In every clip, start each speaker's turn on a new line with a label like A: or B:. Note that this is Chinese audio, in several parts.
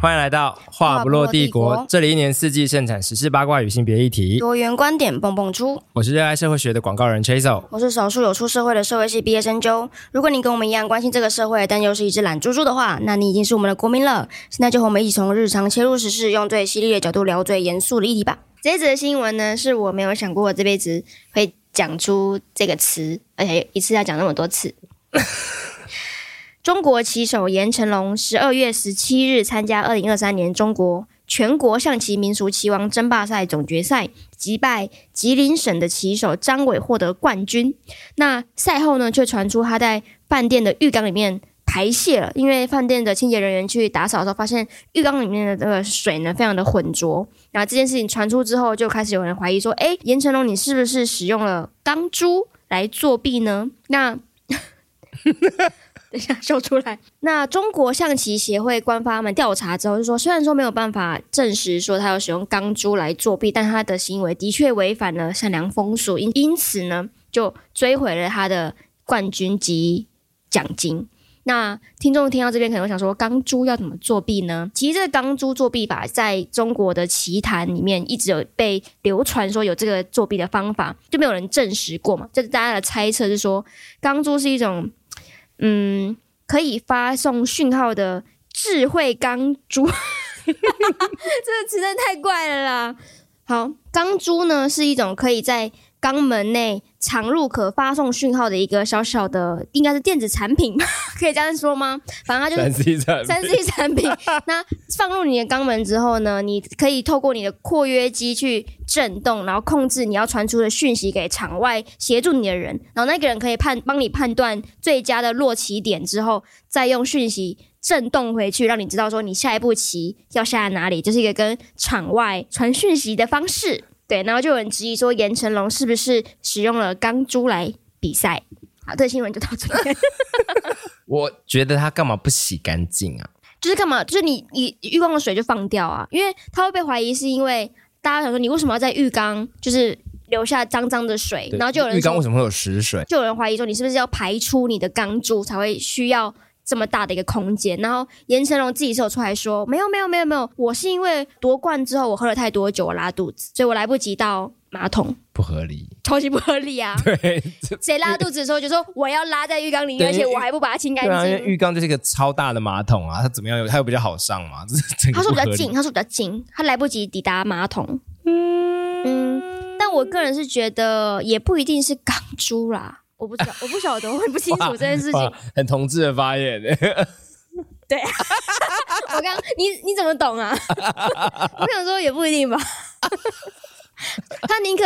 A: 欢迎来到话不落帝国，
B: 话不落帝国
A: 这里一年四季盛产时事八卦与性别议题。
B: 多元观点蹦蹦出。
A: 我是热爱社会学的广告人 Chaso。
B: 我是少数有出社会的社会系毕业生啾。如果你跟我们一样关心这个社会，但又是一只懒猪猪的话，那你已经是我们的国民了。现在就和我们一起从日常切入时事，用最犀利的角度聊最严肃的议题吧。这一则新闻呢，是我没有想过我这辈子会讲出这个词，而且一次要讲那么多次。中国棋手严成龙十二月十七日参加二零二三年中国全国象棋民俗棋王争霸赛总决赛，击败吉林省的棋手张伟，获得冠军。那赛后呢，却传出他在饭店的浴缸里面排泄了，因为饭店的清洁人员去打扫的时候，发现浴缸里面的这个水呢非常的浑浊。然后这件事情传出之后，就开始有人怀疑说：“诶，严成龙，你是不是使用了钢珠来作弊呢？”那等一下笑出来。那中国象棋协会官方他们调查之后就说，虽然说没有办法证实说他有使用钢珠来作弊，但他的行为的确违反了善良风俗，因因此呢，就追回了他的冠军及奖金。那听众听到这边可能会想说，钢珠要怎么作弊呢？其实这个钢珠作弊法在中国的棋坛里面一直有被流传说有这个作弊的方法，就没有人证实过嘛。就是大家的猜测是说，钢珠是一种嗯可以发送讯号的智慧钢珠，这 个词真的太怪了啦。好，钢珠呢是一种可以在肛门内藏入可发送讯号的一个小小的，应该是电子产品吧， 可以这样说吗？反正它就是
A: 三 C 产
B: 嗯三 C 产品。 那放入你的肛门之后呢，你可以透过你的括约肌去震动，然后控制你要传出的讯息给场外协助你的人，然后那个人可以判帮你判断最佳的落棋点之后，再用讯息。震动回去，让你知道说你下一步棋要下哪里，就是一个跟场外传讯息的方式。对，然后就有人质疑说，严成龙是不是使用了钢珠来比赛？好，这个新闻就到这边。
A: 我觉得他干嘛不洗干净啊？
B: 就是干嘛？就是你你浴缸的水就放掉啊，因为他会被怀疑是因为大家想说你为什么要在浴缸就是留下脏脏的水，
A: 对
B: 然后就有人
A: 浴缸为
B: 说
A: 什么会有屎水？
B: 就有人怀疑说你是不是要排出你的钢珠才会需要。这么大的一个空间，然后严成龙自己是有出来说，没有没有没有没有，我是因为夺冠之后我喝了太多酒，我拉肚子，所以我来不及到马桶，
A: 不合理。
B: 超级不合理啊！
A: 对，这
B: 谁拉肚子的时候就说我要拉在浴缸里面，
A: 对
B: 而且我还不把它清干
A: 对啊，因为
B: 净。
A: 浴缸就是一个超大的马桶啊，它怎么样有它又比较好上嘛？这是整个
B: 他说比
A: 不
B: 较
A: 合理
B: 近，他说比较近，他来不及抵达马桶。嗯但我个人是觉得也不一定是港珠啦，我不知道，我不晓得，我也不清楚这件事情。
A: 哇很同志的发言。
B: 我刚你你怎么懂啊？ 我想说也不一定吧。他宁可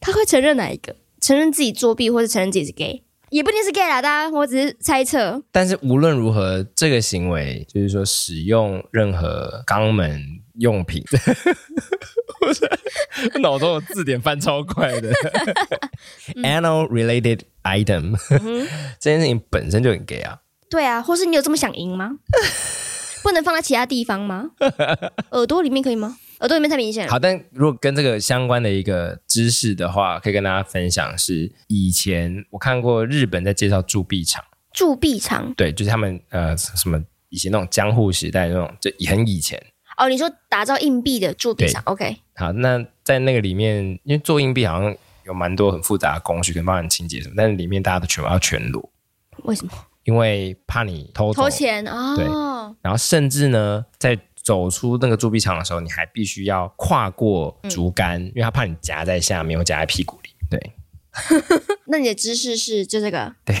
B: 他会承认哪一个？承认自己作弊，或是承认自己是 gay，也不一定是 gay 啦。大家，我只是猜测。
A: 但是无论如何，这个行为就是说使用任何肛门用品， 我是脑中的字典翻超快的 anal related item，、这 件事情本身就很 gay 啊。
B: 对啊，或是你有这么想赢吗？ 不能放在其他地方吗？耳朵里面可以吗？耳朵里面太明显了。
A: 好，但如果跟这个相关的一个知识的话，可以跟大家分享是以前我看过日本在介绍铸币厂，
B: 铸币厂
A: 对，就是他们呃什么以前那种江户时代那种，就很以前。
B: 哦，你说打造硬币的铸币厂，OK？
A: 好，那在那个里面，因为做硬币好像有蛮多很复杂的工序跟帮你清洁什么，但是里面大家都全部要全裸，
B: 为什么
A: 因为怕你偷走
B: 投钱哦？
A: 然后甚至呢，在走出那个铸币厂的时候，你还必须要跨过竹竿，因为他怕你夹在下面或夹在屁股里。对
B: 那你的知识是就这个？
A: 对，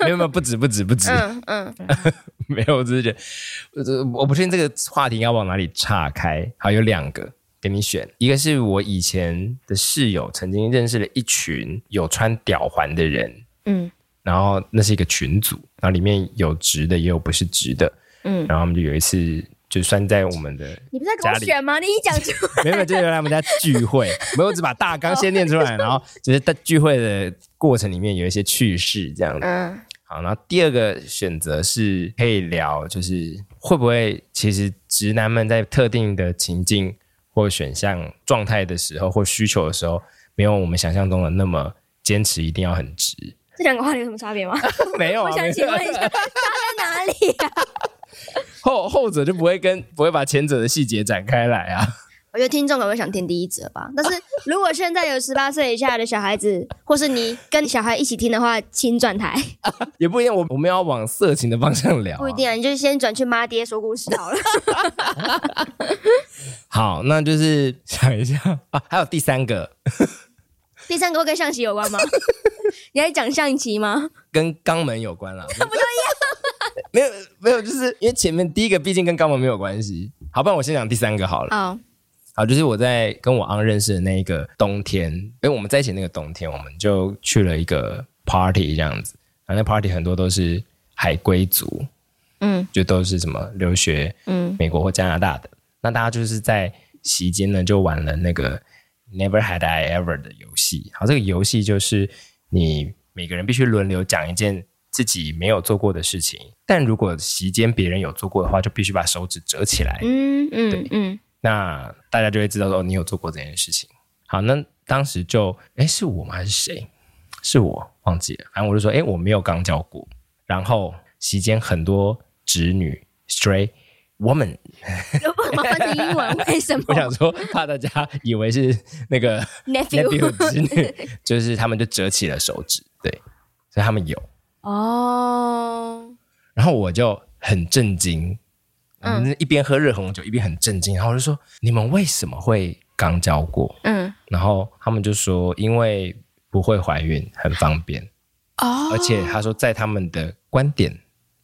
A: 没有没有，不止不止不止，
B: 嗯嗯，
A: 没有，我只是觉得，我这我不确定这个话题要往哪里岔开。好，有两个给你选，一个是我以前的室友曾经认识了一群有穿吊环的人，
B: 嗯，
A: 然后那是一个群组，然后里面有直的也有不是直的，
B: 嗯
A: 然后他们就有一次就算在我们的，
B: 你不是在跟
A: 家
B: 我
A: 里
B: 选吗？你一讲就
A: 没有没有，就是来我们家聚会，没有，我只把大纲先念出来，然后就是在聚会的过程里面有一些趣事这样子。
B: 嗯
A: 好，然后第二个选择是可以聊，就是会不会其实直男们在特定的情境或选项状态的时候或需求的时候，没有我们想象中的那么坚持一定要很 直。
B: 这两个话题有什么差别吗？
A: 没有啊，
B: 我想
A: 没
B: 请
A: 有啊
B: 问一下，差在哪里啊？
A: 后后者就不会跟不会把前者的细节展开来啊。
B: 我觉得听众可能会想听第一则 吧，但是如果现在有十八岁以下的小孩子，或是你跟小孩一起听的话，请转台，
A: 也不一定，我我们要往色情的方向聊、啊。
B: 不一定啊，你就先转去妈爹说故事 好了。
A: 好，那就是想一下啊，还有第三个，
B: 第三个会跟象棋有关吗？ 你还讲象棋吗？
A: 跟肛门有关啦。 不 没有没有，就是因为前面第一个毕竟跟肛门没有关系。好，不然我先讲第三个好了。
B: 哦，
A: 好，就是我在跟我昂认识的那一个冬天，因为我们在一起那个冬天，我们就去了一个 party 这样子。然后那 party 很多都是海归族，
B: 嗯
A: 就都是什么留学
B: 嗯，
A: 美国或加拿大的。那大家就是在席间呢，就玩了那个 Never Had I Ever 的游戏。好，这个游戏就是你每个人必须轮流讲一件自己没有做过的事情，但如果席间别人有做过的话，就必须把手指折起来。
B: 嗯嗯
A: 对
B: 嗯，
A: 那大家就会知道说，哦，你有做过这件事情。好，那当时就，哎，是我吗？还是谁？是我忘记了。反正我就说，哎，我没有肛交过。然后席间很多直女 stray woman，
B: 有不麻烦成英文？为什么
A: 我想说怕大家以为是那个
B: ？nephew
A: nephew 直 女，就是他们就折起了手指，对，所以他们有。
B: 哦，
A: 然后我就很震惊，我
B: 嗯
A: 们一边喝热红酒一边很震惊，然后我就说，你们为什么会肛交过？
B: 嗯
A: 然后他们就说，因为不会怀孕，很方便，
B: 哦，
A: 而且他说，在他们的观点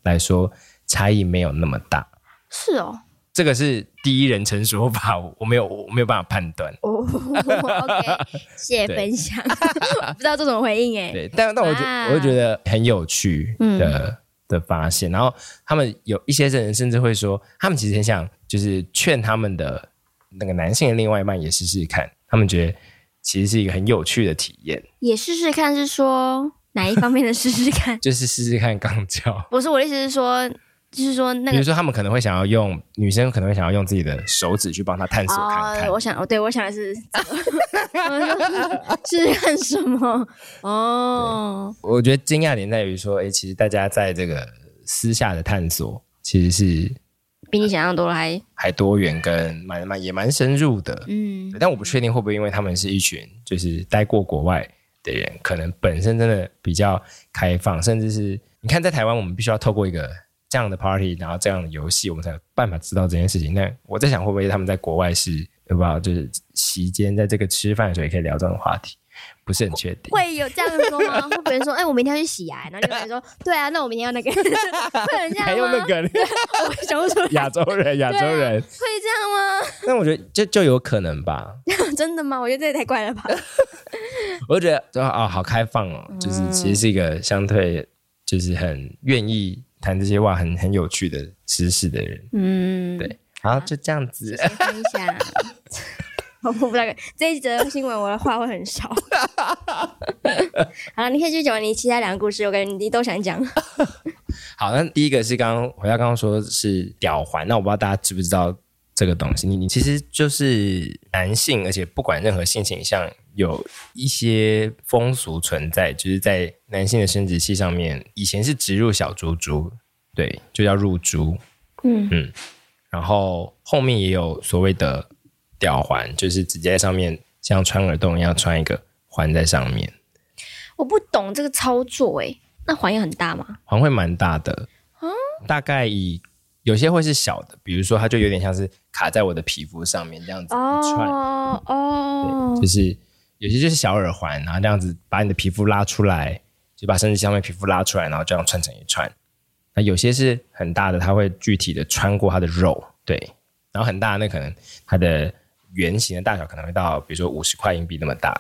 A: 来说，差异没有那么大。
B: 是哦，
A: 这个是第一人称说法，我我没有我没有办法判断。
B: 哦，OK，谢谢
A: 对
B: 分享， 我不知道这怎么回应哎、
A: 对，但但我觉
B: 哇嗯
A: 我就觉得很有趣的、的发现。然后他们有一些人甚至会说，他们其实很想就是劝他们的那个男性的另外一半也试试看，他们觉得其实是一个很有趣的体验，？
B: 也试试看是说哪一方面的试试看
A: 就是试试看肛交。
B: 不是我的意思是说，就是说那
A: 比
B: 个
A: 如说，他们可能会想要用女生可能会想要用自己的手指去帮他探索看看，
B: 哦，我想哦，对我想的是，我说 试试看什么？哦，
A: 我觉得惊讶点在于说，哎、其实大家在这个私下的探索其实是
B: 比你想象多了还
A: 还多元跟蛮蛮也蛮深入的。
B: 嗯
A: 对但我不确定会不会因为他们是一群就是待过国外的人，可能本身真的比较开放，甚至是你看在台湾，我们必须要透过一个这样的 party，然后这样的游戏，我们才有办法知道这件事情。那我在想，会不会他们在国外是有不有就是席间在这个吃饭的时候也可以聊这种话题，不是很确定。
B: 会有这样说吗？会别人说，哎、我明天要去洗牙，然后就有人说，对啊，那我明天要那个， 会有人 这
A: 还
B: 样
A: 有
B: 吗？
A: 那个
B: 我想不啊出来，会
A: 亚洲人，亚洲人，
B: 这样
A: 那我觉得就就有可能吧。
B: 吗？ 真的吗？我觉得这也太怪 了吧。
A: 我就觉得就啊、好开放哦，就是其实是一个相对就是很愿意谈这些话、很很有趣的知识的人。
B: 嗯，
A: 对好，就这样子。
B: 先分享。 我不大概这一则新闻，我的话会 很少。好了，你可以继续讲完你其他两个故事，我感觉你都想讲。
A: 好，那第一个是刚刚回到刚刚说是吊环，那我不知道大家知不知道这个东西。你你其实就是男性，而且不管任何性倾向，有一些风俗存在，就是在男性的生殖器上面，以前是植入小珠珠，对，就叫入珠。
B: 嗯
A: 然后后面也有所谓的吊环，就是直接在上面像穿耳洞一样穿一个环在上面，
B: 我不懂这个操作诶、那环也很大吗？
A: 环会蛮大的，
B: 哦
A: 大概以有些会是小的，比如说它就有点像是卡在我的皮肤上面这样子一串，
B: 哦
A: 对，
B: 哦
A: 就是有些就是小耳环，然后这样子把你的皮肤拉出来，就把身体上面皮肤拉出来，然后这样串成一串。那有些是很大的，它会具体的穿过它的肉，对，然后很大的那可能它的圆形的大小可能会到，比如说五十块硬币那么大。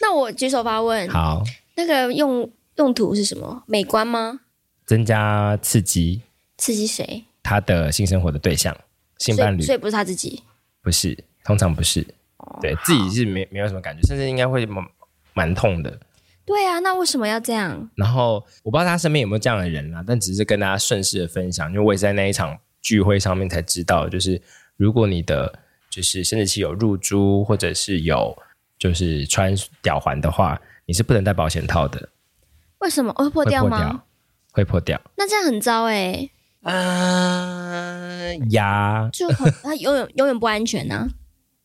B: 那我举手发问，
A: 好，
B: 那个用用途是什么？美观吗？
A: 增加刺激
B: 刺激谁？
A: 他的性生活的对象、性
B: 所
A: 伴
B: 以
A: 侣
B: 所以不是他自己。
A: 不是，通常不是，
B: 哦
A: 对自己是没没有什么感觉，甚至应该会蛮蛮痛的。
B: 对啊，那为什么要这样？
A: 然后我不知道他身边有没有这样的人啦、但只是跟大家顺势的分享，因为我也是在那一场聚会上面才知道，就是如果你的就是生殖器有入珠，或者是有就是穿吊环的话，你是不能戴保险套的，
B: 为什么会破
A: 会
B: 掉
A: 破
B: 吗？
A: 掉，会破掉
B: 那这样很糟哎、
A: 啊呀，
B: 就 很它永远永远不安全呐、啊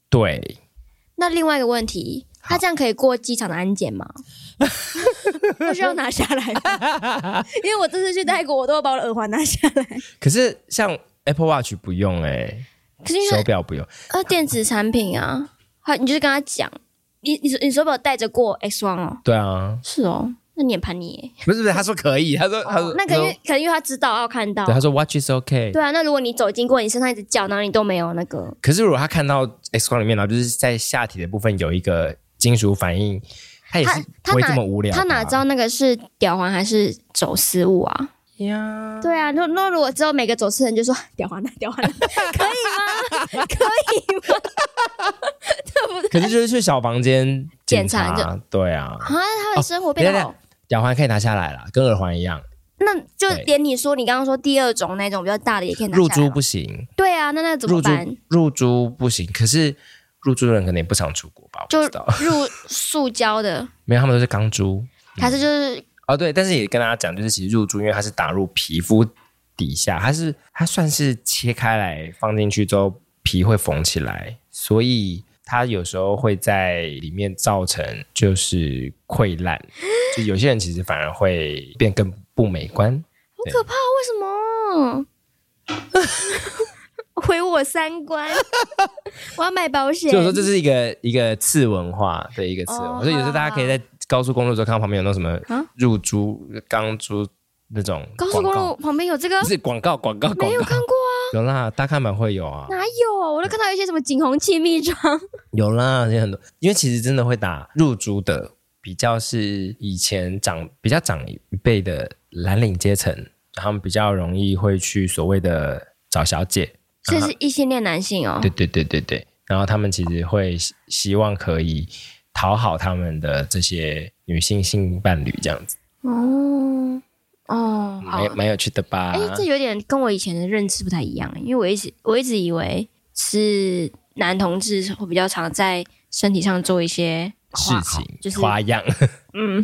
A: 对，
B: 那另外一个问题，它这样可以过机场的安 检吗？不需要拿下来 吗，因为我这次去泰国，我都要把我的耳环拿下来。
A: 可是像 Apple Watch 不用哎、
B: 可是因
A: 手
B: 为
A: 表不用，
B: 呃电子产品啊，好，你就是跟他讲，你你你手表带着过 X 光哦，
A: 对啊，
B: 是哦，那你也叛逆耶。
A: 不是不是，他说可以，他说他说
B: 哦那可能因为哦可能因为他知道要看到
A: 对，，他说 Watch is okay。
B: 对啊。那如果你走经过，你身上一直叫，然后你都没有那个，
A: 可是如果他看到 X 光里面，然后就是在下体的部分有一个金属反应，他也是
B: 他
A: 不会
B: 他哪
A: 这么无聊吧。
B: 他哪知道那个是吊环还是走私物啊？
A: 呀？
B: 对啊，那那如果之后每个走私人就说 啊屌完了，屌完了，可以吗？可以吗？
A: 可是就是去小房间
B: 检查
A: 查，对啊，
B: 啊，他的生活变得好，
A: 耳环可以拿下来啦，跟耳环一样，
B: 那就
A: 哦对
B: 连你说你刚刚说第二种那种比较大的也可以拿下来
A: 入
B: 吧
A: 珠不行，
B: 对啊，那那怎么
A: 入珠
B: 办？
A: 入珠不行。可是入珠的人可能也不常出国吧，我
B: 就
A: 不知道，
B: 入塑胶的，
A: 没有他们都是钢珠
B: 还是就是
A: 哦，对，但是也跟大家讲，就是其实入珠因为它是打入皮肤底下，它是它算是切开来放进去之后皮会缝起来，所以。它有时候会在里面造成就是溃烂，就有些人其实反而会变更不美观。
B: 好可怕，为什 么？毁我三观！ 我要买保险
A: 所以。我说这是一个一个次文化的一个次文化，
B: 哦
A: 所以有时候大家可以在高速公路的时候看到旁边有那种什么
B: 啊
A: 入珠、钢珠那种
B: 高速公
A: 广告
B: 路旁边有这个
A: 不，是广告广告广
B: 没有
A: 告
B: 看过啊？
A: 有啦，大看板会有啊，
B: 哪有？我都看到一些什么景洪气密窗，
A: 有啦，也很多，因为其实真的会打入珠的比较是以前长比较长一辈的蓝领阶层，他们比较容易会去所谓的找小姐，
B: 这是异性恋男性哦。
A: 对对对对对，然后他们其实会希希望可以讨好他们的这些女性性伴侣，这样子，
B: 哦哦，好
A: 蛮，蛮有趣啊的吧
B: 哎、？这有点跟我以前的认知不太一样，因为我一直我一直以为是男同志会比较常在身体上做一些
A: 事
B: 花
A: 情、
B: 就是
A: 花样，
B: 嗯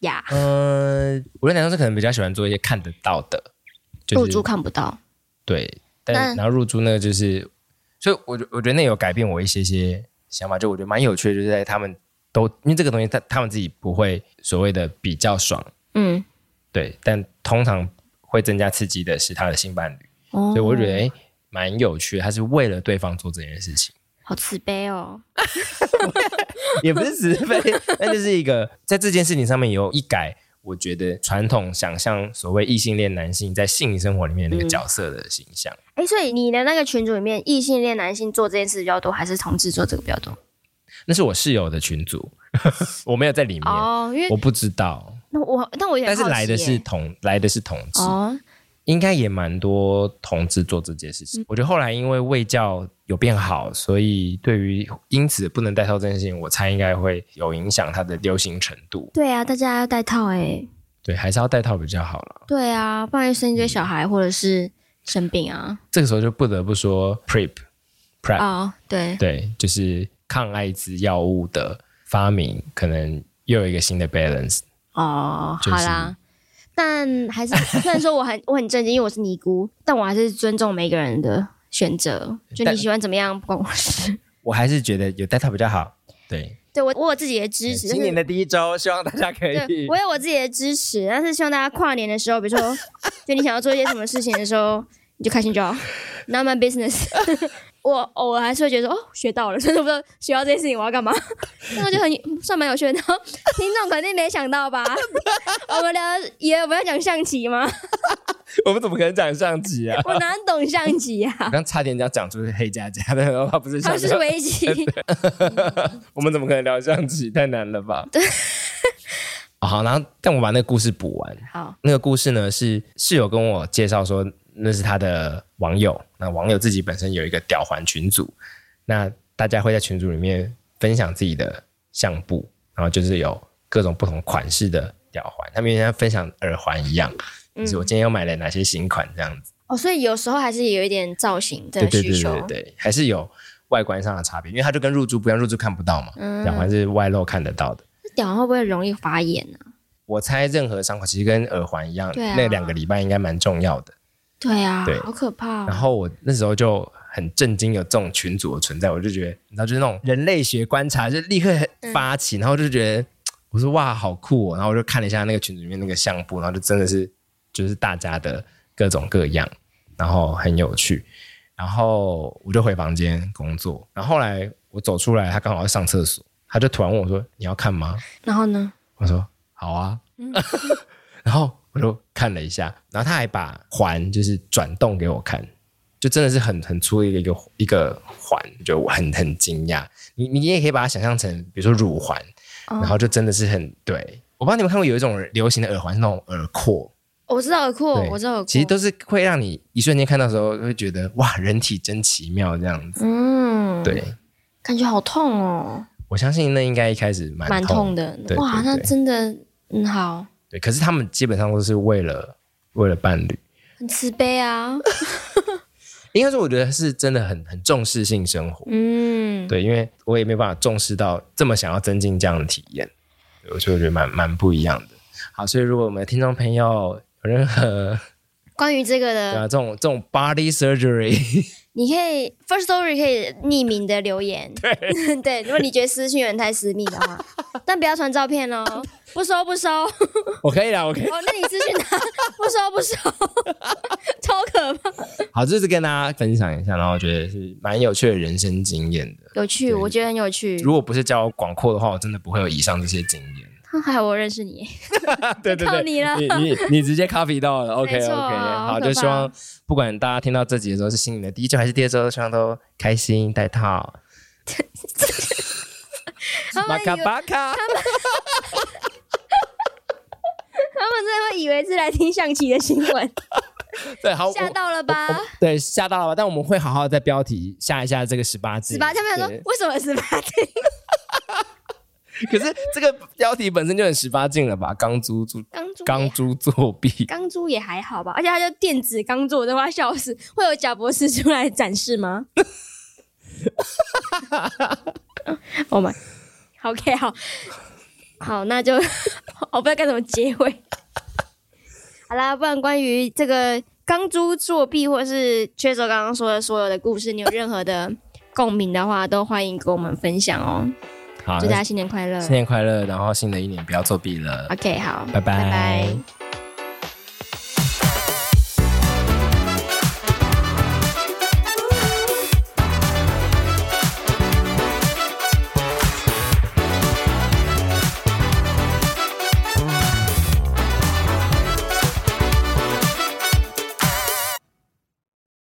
B: 呀，
A: 嗯， 我觉得男生是可能比较喜欢做一些看得到的，就
B: 露
A: 是
B: 珠看不到，
A: 对，但
B: 那
A: 然后入住那个就是，所以我觉我觉得那有改变我一些些想法，就我觉得蛮有趣的，就是在他们都因为这个东西他他们自己不会所谓的比较爽，
B: 嗯，
A: 对，但通常会增加刺激的是他的性伴侣。
B: 哦
A: 所以我就觉得哎，诶蛮、有趣的。他是为了对方做这件事情，
B: 好慈悲哦，
A: 也不是只是被，那就是一个在这件事情上面有一改。我觉得传统想象所谓异性恋男性在性生活里面那
B: 嗯
A: 个角色的形象，
B: 哎、所以你的那个群组里面，异性恋男性做这件事比较多，还是同志做这个比较多？
A: 那是我室友的群组， 我没有在里面，
B: 哦，因为
A: 我不知道。
B: 那我那我有点
A: 但是
B: 好奇
A: 来的是
B: 耶
A: 同来的是同志，
B: 哦，
A: 应该也蛮多同志做这件事
B: 嗯
A: 情。我觉得后来因为卫教有变好，所以对于因此不能戴套这件事情，我猜应该会有影响它的流行程度。
B: 对啊，大家要戴套哎、
A: 对，还是要戴套比较好了。
B: 对啊，不然
A: 嗯
B: 生一堆小孩或者是生病啊，
A: 这个时候就不得不说 PrEP PrEP，、
B: 哦，对，
A: 对，就是抗艾滋药物的发明，可能又有一个新的 balance。
B: 哦，
A: 就是
B: 好啦，但还是 虽然说我很我很震惊，因为我是尼姑，但我还是尊重每个人的选择，就你
A: 但
B: 喜欢怎么样不关我事。
A: 我还是觉得有戴套比较好。对，
B: 对我我有自己的支持，
A: 今年
B: 的
A: 的第一周，希望大家可
B: 对
A: 以
B: 我有我自己的支持，但是希望大家跨年的时候，比如说就你想要做一些什么事情的时候，你就开心就好，Not my business 。 我偶尔还是会觉得说哦，学到了，所 以我不知道学到这件事情我要干嘛，那我就很算蛮有趣的。然后听众肯定没想到吧？我们的也不要讲象棋吗？
A: 我们怎么可能讲象棋啊？
B: 我哪懂象棋呀、
A: 我
B: 啊？
A: 刚差点要讲出是黑加加的， 他不是
B: 它
A: 象棋
B: 是，围棋。
A: 我们怎么可能聊象棋？太难了吧？ 对。好，然后但我把那个故事补完。
B: 好，
A: 那个故事呢是室友跟我介绍说，那是他的网友，那网友自己本身有一个吊环群组，那大家会在群组里面分享自己的相簿，然后就是有各种不同款式的吊环，他们就像分享耳环一样，就是我今天又买了哪些新款这样子，
B: 哦，所以有时候还是有一点造型的
A: 对对
B: 需
A: 对
B: 求。
A: 对对，还是有外观上的差别，因为它就
B: 嗯
A: 跟入珠不一样，入珠看不到嘛，吊环是外露看得到的。
B: 这屌会不会容易发炎啊？
A: 我猜任何伤口其实跟耳环一样，
B: 对啊
A: 那两个礼拜应该蛮重要的。
B: 对啊，
A: 对
B: 好可怕、
A: 然
B: 哦。
A: 后我那时候就很震惊有这种群组的存在，我就觉得你知道就是那种人类学观察就立刻发起，然后就觉得我说哇好酷哦，然后我就看了一下那个群组里面那个相簿，然后就真的是就是大家的各种各样，然后很有趣。然后我就回房间工作，然后后来我走出来，他刚好要上厕所，他就突然问我说：“你要看吗？”
B: 然后呢？
A: 我说好啊， 然后我就看了一下，然后他还把环就是转动给我看，就真的是很很粗的一个一个一个环，就我很很惊讶。你你也可以把它想象成，比如说乳环，
B: 哦
A: 然后就真的是很对。我不知道你们看过有一种流行的耳环，是那种耳廓，
B: 我知道耳廓
A: 对，
B: 哦我知道耳廓，
A: 其实都是会让你一瞬间看到的时候会觉得哇，人体真奇妙这样子。
B: 嗯，
A: 对，，
B: 感觉好痛哦，
A: 我相信那应该一开始蛮
B: 蛮
A: 痛的
B: 痛的。
A: 对
B: 哇，
A: 对
B: 那
A: 对
B: 真的嗯好，
A: 对，可是他们基本上都是为了为了伴侣。
B: 很慈悲 啊。
A: 应该说，我觉得是真的很很重视性生活，
B: 嗯，
A: 对，因为我也没有办法重视到这么想要增进这样的体验，对我就觉得蛮蛮不一样的。好，所以如果我们的听众朋友有任何
B: 关于这个
A: 对
B: 的，
A: 啊这种这种 body surgery，
B: 你可以 First Story 可以匿名的 留言。 对如果你觉得私讯有点太私密的话，但不要传照片哦，不收 不收。哦，
A: 我可以啦，我可以。
B: 那你私讯他，不收不收，超可怕。
A: 好，就是跟大家分享一下，然后我觉得是蛮有趣的人生经验的。
B: 有趣，我觉得很有趣。
A: 如果不是教我广阔的话，我真的不会有以上这些经验。
B: 还好我认识你，
A: 对对
B: 靠
A: 对，
B: 你了
A: 你你你直接 copy 到 了，OK
B: 没
A: OK，
B: 错好
A: 好，
B: 可
A: 就希
B: 怕
A: 望不管大家听到这集的时候是新年的第一周还是第二周，希望都开心戴 套，
B: 哎他
A: 马
B: 们以
A: 卡
B: 为
A: 巴卡，
B: 他们真的会以为是来听象棋 的新闻，
A: 对，好，
B: 吓
A: 我
B: 到了吧？
A: 对，吓到了吧？但我们会好好在标题下一下这个十八禁，
B: 十八，他们想说
A: 对
B: 为什么十八禁？
A: 可是这个标题本身就很十八禁了吧？钢珠作
B: 钢珠
A: 钢
B: 也
A: 珠作弊，
B: 钢珠也还好吧，而且它就电子钢珠，我都快笑死。会有贾博士出来展 示吗？Oh my，好 OK，好，好，那就 我不知道该怎么结尾。 好啦，不然关于这个钢珠作弊或是缺手刚刚说的所有的故事，你有任何的共鸣的话，都欢迎跟我们分享哦。
A: 好，
B: 祝大家新年快乐
A: 新年快乐，然后新的一年不要作弊了，
B: ！OK，好，
A: 拜
B: 拜拜